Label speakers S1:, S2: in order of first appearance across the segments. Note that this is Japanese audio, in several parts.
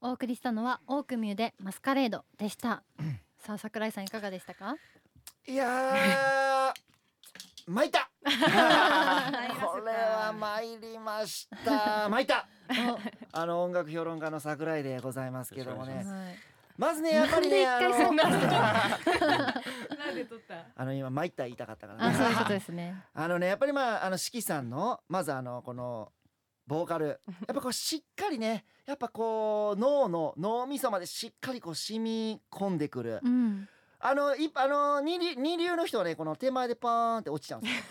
S1: お送りしたのはオークミュでマスカレードでした。さあ桜井さんいかがでしたか？
S2: いやー 参った
S3: りますか
S2: これは参りました参ったあの音楽評論家の桜井でございますけども
S1: おは
S2: ね
S1: い
S2: まずねやっぱりねあ
S1: なんで一回そん
S2: の
S1: な
S3: なんで撮った。
S2: あの今参った言いたかったから
S1: あそういう
S2: ね
S1: ことですね。
S2: あのねやっぱりまああの四季さんのまずあのこのボーカルやっぱこうしっかりねやっぱこう脳の脳みそまでしっかりこう染み込んでくる
S1: うん。
S2: あのいあの二流二流の人はねこの手前でパーンって落ちちゃうんですよ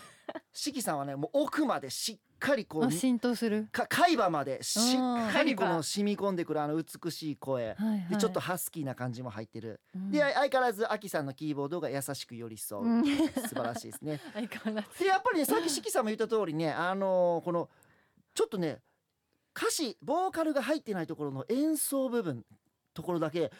S2: 四季さんはねもう奥までしっかりこ
S1: あ
S2: う
S1: 浸透する。
S2: か海馬までしっかりこ
S3: 海
S2: の
S3: 馬
S2: 染み込んでくるあの美しい声
S1: はいはい。
S2: でちょっとハスキーな感じも入ってる、
S1: うん
S2: であ相変わらずアキさんのキーボードが優しく寄り添う、
S1: うん
S2: 素晴らしいですね
S1: 相変わらず。
S2: でやっぱりねさっき四季さんも言った通りねあのーこのちょっとね歌詞ボーカルが入ってないところの演奏部分ところだけ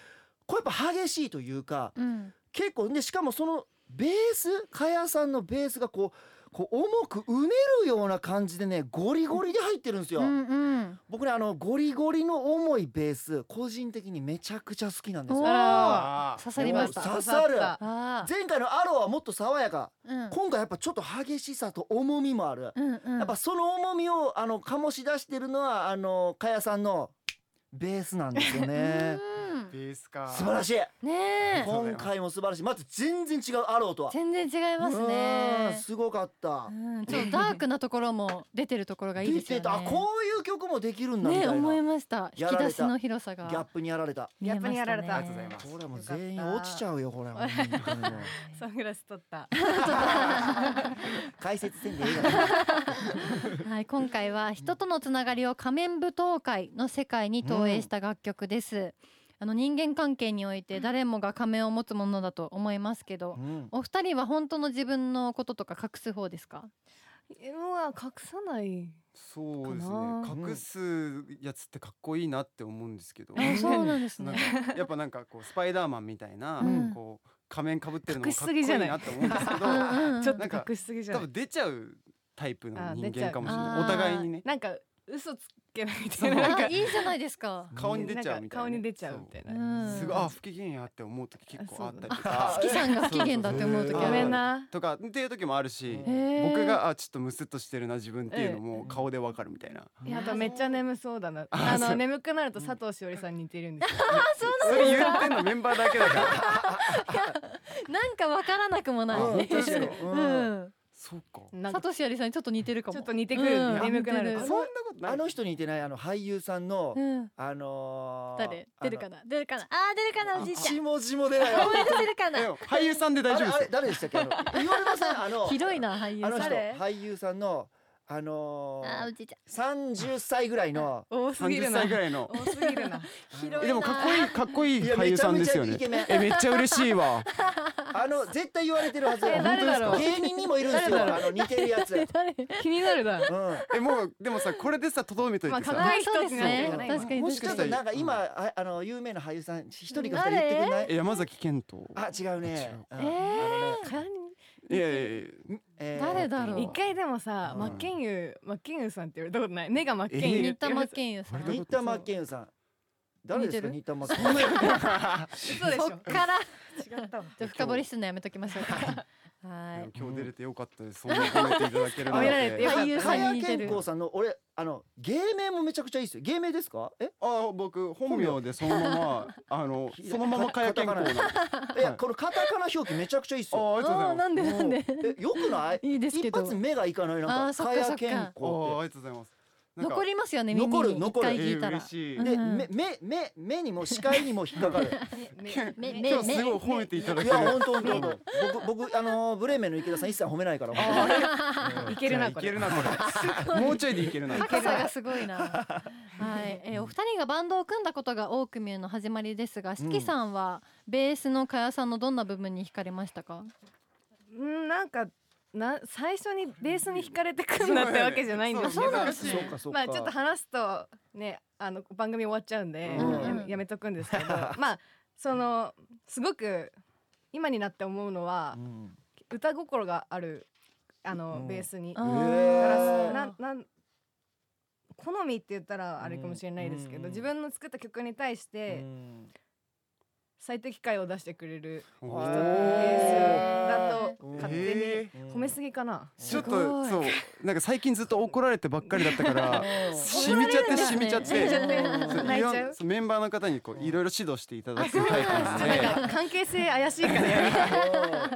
S2: これやっぱ激しいというか
S1: うん。
S2: 結構ねしかもそのベースかやさんのベースがこうこう重くうねるような感じでねゴリゴリで入ってるんですよ。
S1: うんうん。
S2: 僕ねあのゴリゴリの重いベース個人的にめちゃくちゃ好きなんです
S1: お
S2: よ
S1: ー
S3: あ
S1: 刺さりまし
S2: でも
S1: た。
S2: 刺さる
S3: 刺
S1: ああ。
S2: 前回のアローはもっと爽やか
S1: うん。
S2: 今回やっぱちょっと激しさと重みもある
S1: うんうん。
S2: やっぱその重みをあの醸し出してるのはあのかやさんのベースなんです よね
S1: うん
S4: ベースか
S2: 素晴らしい
S1: ねえ。
S2: 今回も素晴らしいまず全然違うアローとは
S1: 全然違います
S2: うん
S1: ね。
S2: すごかった
S1: うん。ちょっとダークなところも出てるところがいいですよ
S2: 出てたあ
S1: ね。
S2: こういう曲もできるんだみた
S1: ね
S2: いな
S1: 思い
S2: ギ
S1: ました。引
S2: や
S1: き
S2: られた
S1: 出しの広さが。
S2: ャップにやられた
S1: 見えましたね
S3: ギャップにやられた
S4: ありがとうございます
S2: これはもう全員落ちちゃうよこれは本当にもう
S3: サングラス取った。
S2: 解説せんでいいから
S1: はい、今回は人とのつながりを仮面舞踏会の世界に投影した楽曲です。あの人間関係において誰もが仮面を持つものだと思いますけど、
S2: うん
S1: お二人は本当の自分のこととか隠す方ですか？
S3: うわ隠さない。
S4: そうです
S3: かな
S4: ね隠すやつってかっこいいなって思うんですけど
S1: あ、そうなんです
S4: なん
S1: ね
S4: か。やっぱなんかこうスパイダーマンみたいな、
S1: うん
S4: こう仮面かぶってるのも
S3: 隠
S4: か
S3: し
S4: っこ
S3: す
S4: い
S3: ぎ
S4: い
S3: じゃない
S4: なって思うんですけど
S1: うんうんうん
S3: ちょっ
S4: なんか
S3: と隠しすぎじゃ
S4: 多
S3: ない。
S4: 分出ちゃうタイプの
S3: あ
S4: 人間かもし
S1: 出ち
S4: れ
S1: ゃ
S4: な
S1: う
S4: いお互いにね
S3: なんか嘘つけないみ
S4: そ
S3: た
S4: う
S3: いな。なん
S1: あ、
S3: か
S1: いいじゃないですか。
S4: 顔に出ちゃう
S3: なん
S4: み
S3: か
S4: たいな
S3: 顔に出ちゃうみたいな。
S1: うん
S4: すごいあ不機嫌やって思う時結構あったりと
S2: あ
S4: か
S2: そう
S1: 好きさんが不機嫌だって思う時
S4: ん
S3: ご
S1: あ
S3: めん
S1: る。
S3: な。
S4: とかっていう時もあるし
S2: へ
S1: ー
S4: 僕があちょっとムスッとしてるな自分っていうのも顔でわかるみたいな
S3: あとめっちゃ眠そうだな。
S4: あ
S3: あ
S4: そ
S3: の
S4: う
S3: 眠くなると佐藤しおりさんに似てるんですよ。
S4: それ言ってんのメンバーだけだから
S1: なんかわからなくもない。
S2: うん確 かに
S1: う
S2: うん
S1: ん。
S4: そうか
S3: なん
S1: 佐
S3: か
S1: 藤しありさんにちょっと似てるかも。
S3: ちょっと似てくる
S1: うん
S3: 眠くなる
S1: 似て
S4: そ
S1: る
S4: んなことない
S2: あの人に似てないあの俳優さんの
S1: うん。
S2: あのー
S1: 誰？出るか
S2: な
S1: な？出るかな？あー、出るかなおじいちゃん。
S2: 血も血も出ないよ
S1: 思い出せるか な
S4: で。も俳優さんで大
S2: あ
S4: 丈
S2: れ
S4: 夫
S2: あ
S4: で
S2: れ
S4: す
S2: 誰でしたっけあのいろいろさんあの
S1: ひどいな俳優さ
S2: あ
S1: ん。
S2: の人
S3: 誰
S2: 俳優さんのあの
S1: あーおじいちゃん。
S2: 三十歳ぐらいの
S3: 多
S4: よ
S3: すぎる
S4: 30
S3: な
S4: 歳。ぐらいの
S3: 多すぎるな。
S1: 広
S4: えでもかっこいいかっこいい
S2: いや
S4: 俳優さんですよね
S2: めちゃめちゃイケ
S4: えめっちゃ嬉しいわ
S2: あの絶対言われてるはず
S3: え誰だろう
S2: 本当ですか芸人にもいるんですよ
S3: 誰だ
S2: あの似てるやつうん
S1: 誰？
S3: 気になるな。
S4: えもうでもさこれでさとどめといて
S3: まあ
S4: さ
S3: 輝い
S1: そうですね
S2: そう。
S1: 確かに
S2: もし
S1: 確
S2: か
S1: か
S2: し
S1: に。
S2: たらなんか今ああの有名な俳優さん一人か二人言ってくんない
S4: え山崎賢人
S2: あ違うね
S4: 違う
S2: うん
S1: えー
S2: あのね
S4: いやいやいや
S2: えー
S1: 誰だろう
S3: 一回でもさ、
S2: うん
S3: マッケンユー、マッケンユーさんって言われたことない。目がマッケンユーって
S1: 新
S3: 言わ
S1: 玉
S3: れた。
S1: 健也さん。
S2: 新田真剣佑さん誰ですか
S1: 似
S2: 新田真剣佑
S3: 嘘でし
S1: そっから。
S3: ょ。違ったわ。
S1: じゃあ深掘りするのやめときましょうか。
S4: い
S1: は
S4: や
S1: い。
S4: 今日出れてよかったです。そんな褒めていただけるなん
S3: 褒められてよかっ た
S1: 俳優さんに似て
S2: 加
S1: る
S2: 健。康さんの俺あの芸名もめちゃくちゃいいですよ芸名ですかえ
S4: あ、僕本名でそのままあのそのまま会見校なんです。
S2: いやこのカタカナ表記めちゃくちゃいいっすよ
S4: あ、ありがとうござ
S1: あーな
S4: います。
S1: んでなんで。
S2: もうえよくない
S1: いいですけ
S2: 一
S1: ど
S2: 発目がいかないな
S1: あー
S2: んか
S1: そっ
S2: か
S1: か
S2: や
S1: そっか
S2: 健康
S4: あー、あ
S2: っ
S4: りがとうございます。なんか
S1: 残りますよね耳に一
S2: 残る
S1: 回聞いたら。
S4: えー嬉しい。
S1: うん
S2: てで目目目目にも視界にも引っかか る
S1: 目目
S4: 今日すごい褒めていただ
S2: い
S4: ける
S2: や。本当本当本当僕僕あのーブレーメンの池田さん一切褒めないから本
S3: いけるな、
S4: い
S3: こ
S4: け
S3: れ。
S4: るなこれ。もうちょいでいけるな。
S1: 高さがすごいな。はい、えーお二人がバンドを組んだことがオークミューの始まりですが、しきさんはベースのかやさんのどんな部分に惹かれましたか？
S3: うん、なんか、な、最初にベースに惹かれてくんだってわけじゃないんです
S4: そう
S3: けど。
S4: そう
S2: 当
S4: なんで
S2: に
S4: すね
S2: そうかそう
S3: ま
S2: か
S3: あ、ちょっと話すと、ね、あの番組終わっちゃうんで、
S2: うん
S3: やめやめとくんですけど、まあ、その、すごく。今になって思うのは
S2: う、ん
S3: 歌心がある、あ
S2: う
S3: の
S2: ん
S3: ベースに。
S1: あ
S2: え
S3: ガラ
S2: ー
S3: スなんなん好みって言ったらあれかもしれないですけ
S5: うん
S3: ど
S5: うん
S3: 自分の作った曲に対し
S5: う
S3: て
S5: ん
S3: 最適解を出してくれる
S4: お
S3: 人
S4: ー
S3: だと
S5: おー
S3: 勝手
S4: えー
S3: に褒めすぎかな
S4: ちょっと
S1: すごい
S4: そうなんか最近ずっと怒られてばっかりだったから
S1: そ
S4: 染
S1: んな
S4: みちゃっ
S1: レベル
S4: て染みちゃっ
S1: なんですね
S4: てそ う
S3: 泣いちゃう
S4: いろんそうメンバーの方にこういろいろ指導していただくタイプな
S3: ち
S4: の
S3: ょっと
S4: で
S3: なんか関係性怪しいからやめ た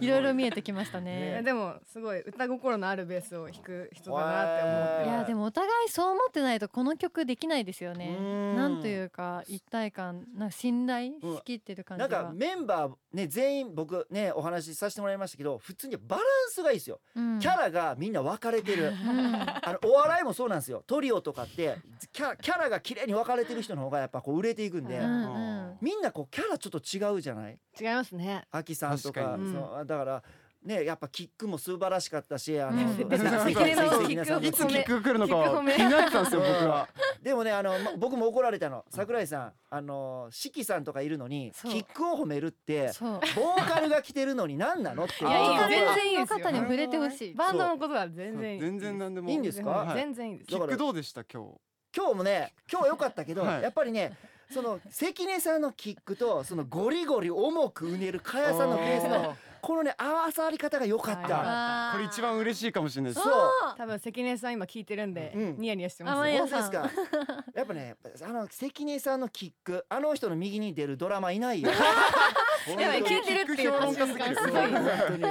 S1: いろいろ見えてきましたね
S3: いやでもすごい歌心のあるベースを弾く人だなって思っ
S1: い
S2: わ
S3: て
S1: やでもお互いそう思ってないとこの曲できないですよね。
S2: な
S1: なんというか一体感なんか信頼し
S2: うん
S1: きってる感
S2: な
S1: じ
S2: んか
S1: が。
S2: メンバーね全員僕ねお話しさせてもらいましたけど普通にバランスがいいですよ、
S1: うん
S2: キャラがみんな分かれて るあのお笑いもそうなんですよトリオとかってキャラキャラが綺麗に分かれてる人の方がやっぱこう売れていくんで、
S1: うんうんうん
S2: みんなこうキャラちょっと違うじゃない
S3: 違いますね
S2: アキさんとか
S4: 確か
S3: にうん
S2: そうだからねやっぱキックも素晴らしかったしあの、
S1: うん
S2: 関
S4: 関
S2: 根
S4: 根
S2: さ
S4: さ
S2: ん
S4: ん
S2: 関根さん
S3: い
S4: い
S3: つ
S4: つ
S3: 聞
S4: 聞
S3: く
S4: く来るの
S3: 聞
S4: か
S3: く褒
S4: を
S3: め
S4: 気になってたんですよ僕は。
S2: でもねあのま僕も怒られたの桜井さんあの四季さんとかいるのに
S1: そう
S2: キックを褒めるって
S1: そう。
S2: ボーカルが来てるのに何なのっていう
S3: い
S1: い
S3: やいい
S1: や
S3: よ
S1: 全
S3: 全然
S1: 然
S3: いい
S1: の
S3: ですよ
S1: 方にも触れてほしい。
S3: バンドのことは全然いい
S4: 全然なんでも
S2: いいんですか
S4: はい
S3: 全然いいです
S4: キックどうでした今日
S2: 今日もね今日良かったけど、
S4: はい
S2: やっぱりねその関根さんのキックとそのゴリゴリ重くうねるかやさんのペースの
S4: あ
S2: このね合わさり方が良かっ
S4: あ
S2: た。
S4: ーこれ一番嬉しいかもしれないです
S2: そう
S3: 多分関根さん今聞いてるんで、
S2: うん
S3: ニヤニヤして
S1: あ
S3: ま
S1: まあ
S3: す
S1: い
S3: よ
S1: や
S2: 本当ですかやっぱねやっぱあの関根さんのキックあの人の右に出るドラマいないよ。
S3: や ばい聞いてるっていう
S4: 評論家すぎる
S3: すごい
S2: 本当に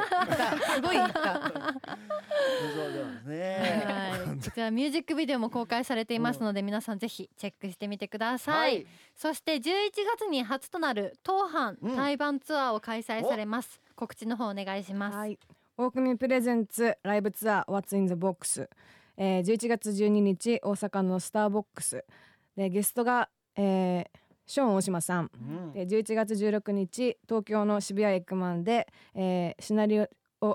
S3: すごい言った
S2: そうですね。
S1: はい、こちらミュージックビデオも公開されていますので、皆さんぜひチェックしてみてください、。そして11月に初となる東阪
S2: うん
S1: 対バンツアーを開催されます、告知の方お願いします、
S3: はい。大組プレゼンツライブツアー What's in the Box、えー、11月12日大阪のスターボックスでゲストが、えーショーン大島さん
S2: うん
S3: で11月16日東京の渋谷エッグマンで、えーシナリオ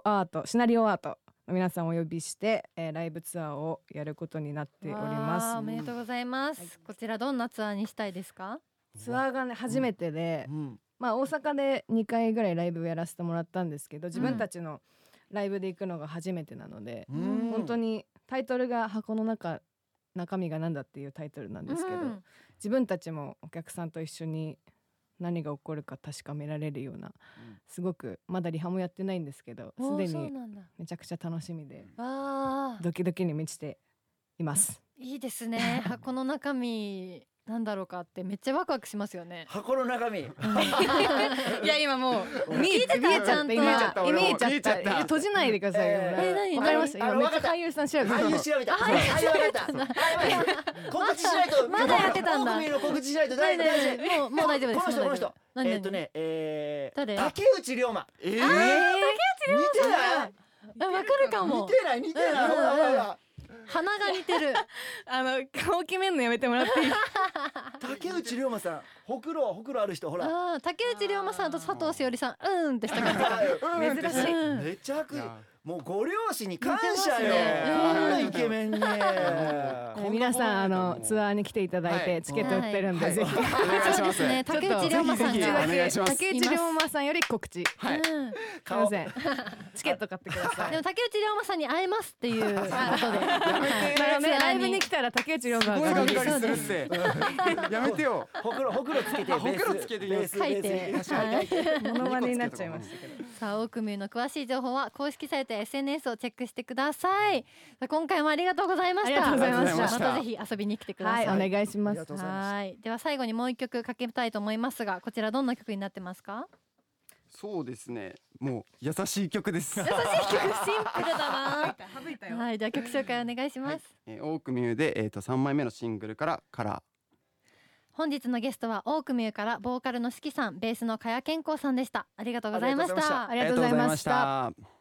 S3: アートシナリオアートの皆さんをお呼びして、えーライブツアーをやることになっており
S1: わあ
S3: ま
S1: おめでとうございます、こちらどんなツアーにしたいですか
S3: すツアーがね初めてで、
S2: うん
S3: まあ、大阪で2回ぐらいライブをやらせてもらったんですけど自分たちのライブで行くのが初めてなので、
S2: うん
S3: 本当にタイトルが「箱の中中身がなんだ」っていうタイトルなんですけど、
S1: うん
S3: 自分たちもお客さんと一緒に何が起こるか確かめられるようなすごくまだリハもやってないんですけど
S1: お
S3: す
S1: ー
S3: で
S1: そう
S3: に
S1: なんだわ
S3: めちゃくちゃ楽しみで
S1: あ
S3: ドキドキに満ちています。
S1: いいですね箱の中身なんだろうかってめっちゃワクワクしますよ ね
S2: 箱の中身。
S3: いや今もう 見え
S1: てたよちゃんと
S3: 見えちゃった
S4: 見
S3: 見
S4: え
S3: え
S4: ち
S3: ちゃった
S4: ゃった俺も見えちゃった
S3: 閉じないでくださいよ。
S2: えー
S1: えー何
S3: わかりました。
S2: あ
S3: 今
S2: の
S3: めっち
S2: わか
S3: ゃ
S2: った
S3: 俳優さん調べてた
S2: 俳優調べた。
S1: あ
S2: はい、わかった。はいわかった告知しないと。
S1: まだやってたんだ
S2: 大組の告知しないと
S1: な
S2: 大
S1: い
S2: 丈夫。
S1: ない
S2: 大丈
S1: ないもうもう大丈夫です
S2: この人
S1: もう大
S2: この
S1: 丈
S2: 人
S1: 夫。何
S2: 夫
S1: 何
S2: えっとね、えー
S1: 誰
S2: 竹内涼真。
S4: え
S2: え
S4: ー
S2: ー似てない。
S1: あわかるか
S2: 似
S1: も
S2: てない似てない。
S1: うん
S2: ほらほら
S1: 鼻が似てる
S3: あの顔決めんのやめてもらっていい
S2: 竹内涼真さん。ほくろほくろある人ほら。
S1: あー竹内涼真さんと佐藤しおりさんうーんってした感じが
S2: うん
S3: 珍しい
S1: うん
S2: めちゃく
S4: いや
S2: もうご両親に感謝
S1: 似
S2: よ。
S1: て
S2: あ
S1: ますね
S2: んなイケメンね。
S4: こんな
S3: 皆さんあのツアーに来ていただい
S4: は
S3: て
S4: い
S3: チケット売ってるん
S4: は
S3: で
S4: い
S3: ぜひ
S4: お願いし
S1: そう
S4: ま
S1: ですすね竹内涼真さん
S4: ぜひぜひ
S1: が
S4: お願いします
S3: 竹内涼真さんより告知すい
S4: はい
S1: うん
S3: ませんチケット買ってください
S1: でも竹内涼真さんに会えますっていう ことで
S3: なので
S1: ツアーに
S3: ライブに来たら竹内涼真
S4: すご
S3: が
S4: いがっ
S3: 告知
S4: かりするってやめてよ
S2: ほくろほくろつ けてベース
S4: ほくろつけて
S2: ベース
S1: 書いて
S2: ベース
S1: はい
S3: モノマネになっちゃいましたけど
S1: さあオークミューの詳しい情報は公式サイトや SNS をチェックしてくださいさあ今回もありがとうございました
S3: ありがとうございました
S1: またぜひ遊びに来てくだ
S3: は
S1: さい
S3: いお願い
S2: あ
S3: しま
S2: り
S3: す
S2: がとうございます。
S1: はいでは最後にもう一曲かけたいと思いますがこちらどんな曲になってます か
S4: そうですねもう優しい曲 です
S1: 優しい曲シンプルだなはいでは曲紹介お願いします、
S4: はいえーオークミューでえっと3枚目のシングルからカラー
S1: 本日のゲストはオークミューからボーカルのしきさんベースの加谷健康さんでしたありがとうございまし
S2: ありがとうございました
S1: た
S3: ありがとうございました
S4: ありがとうございました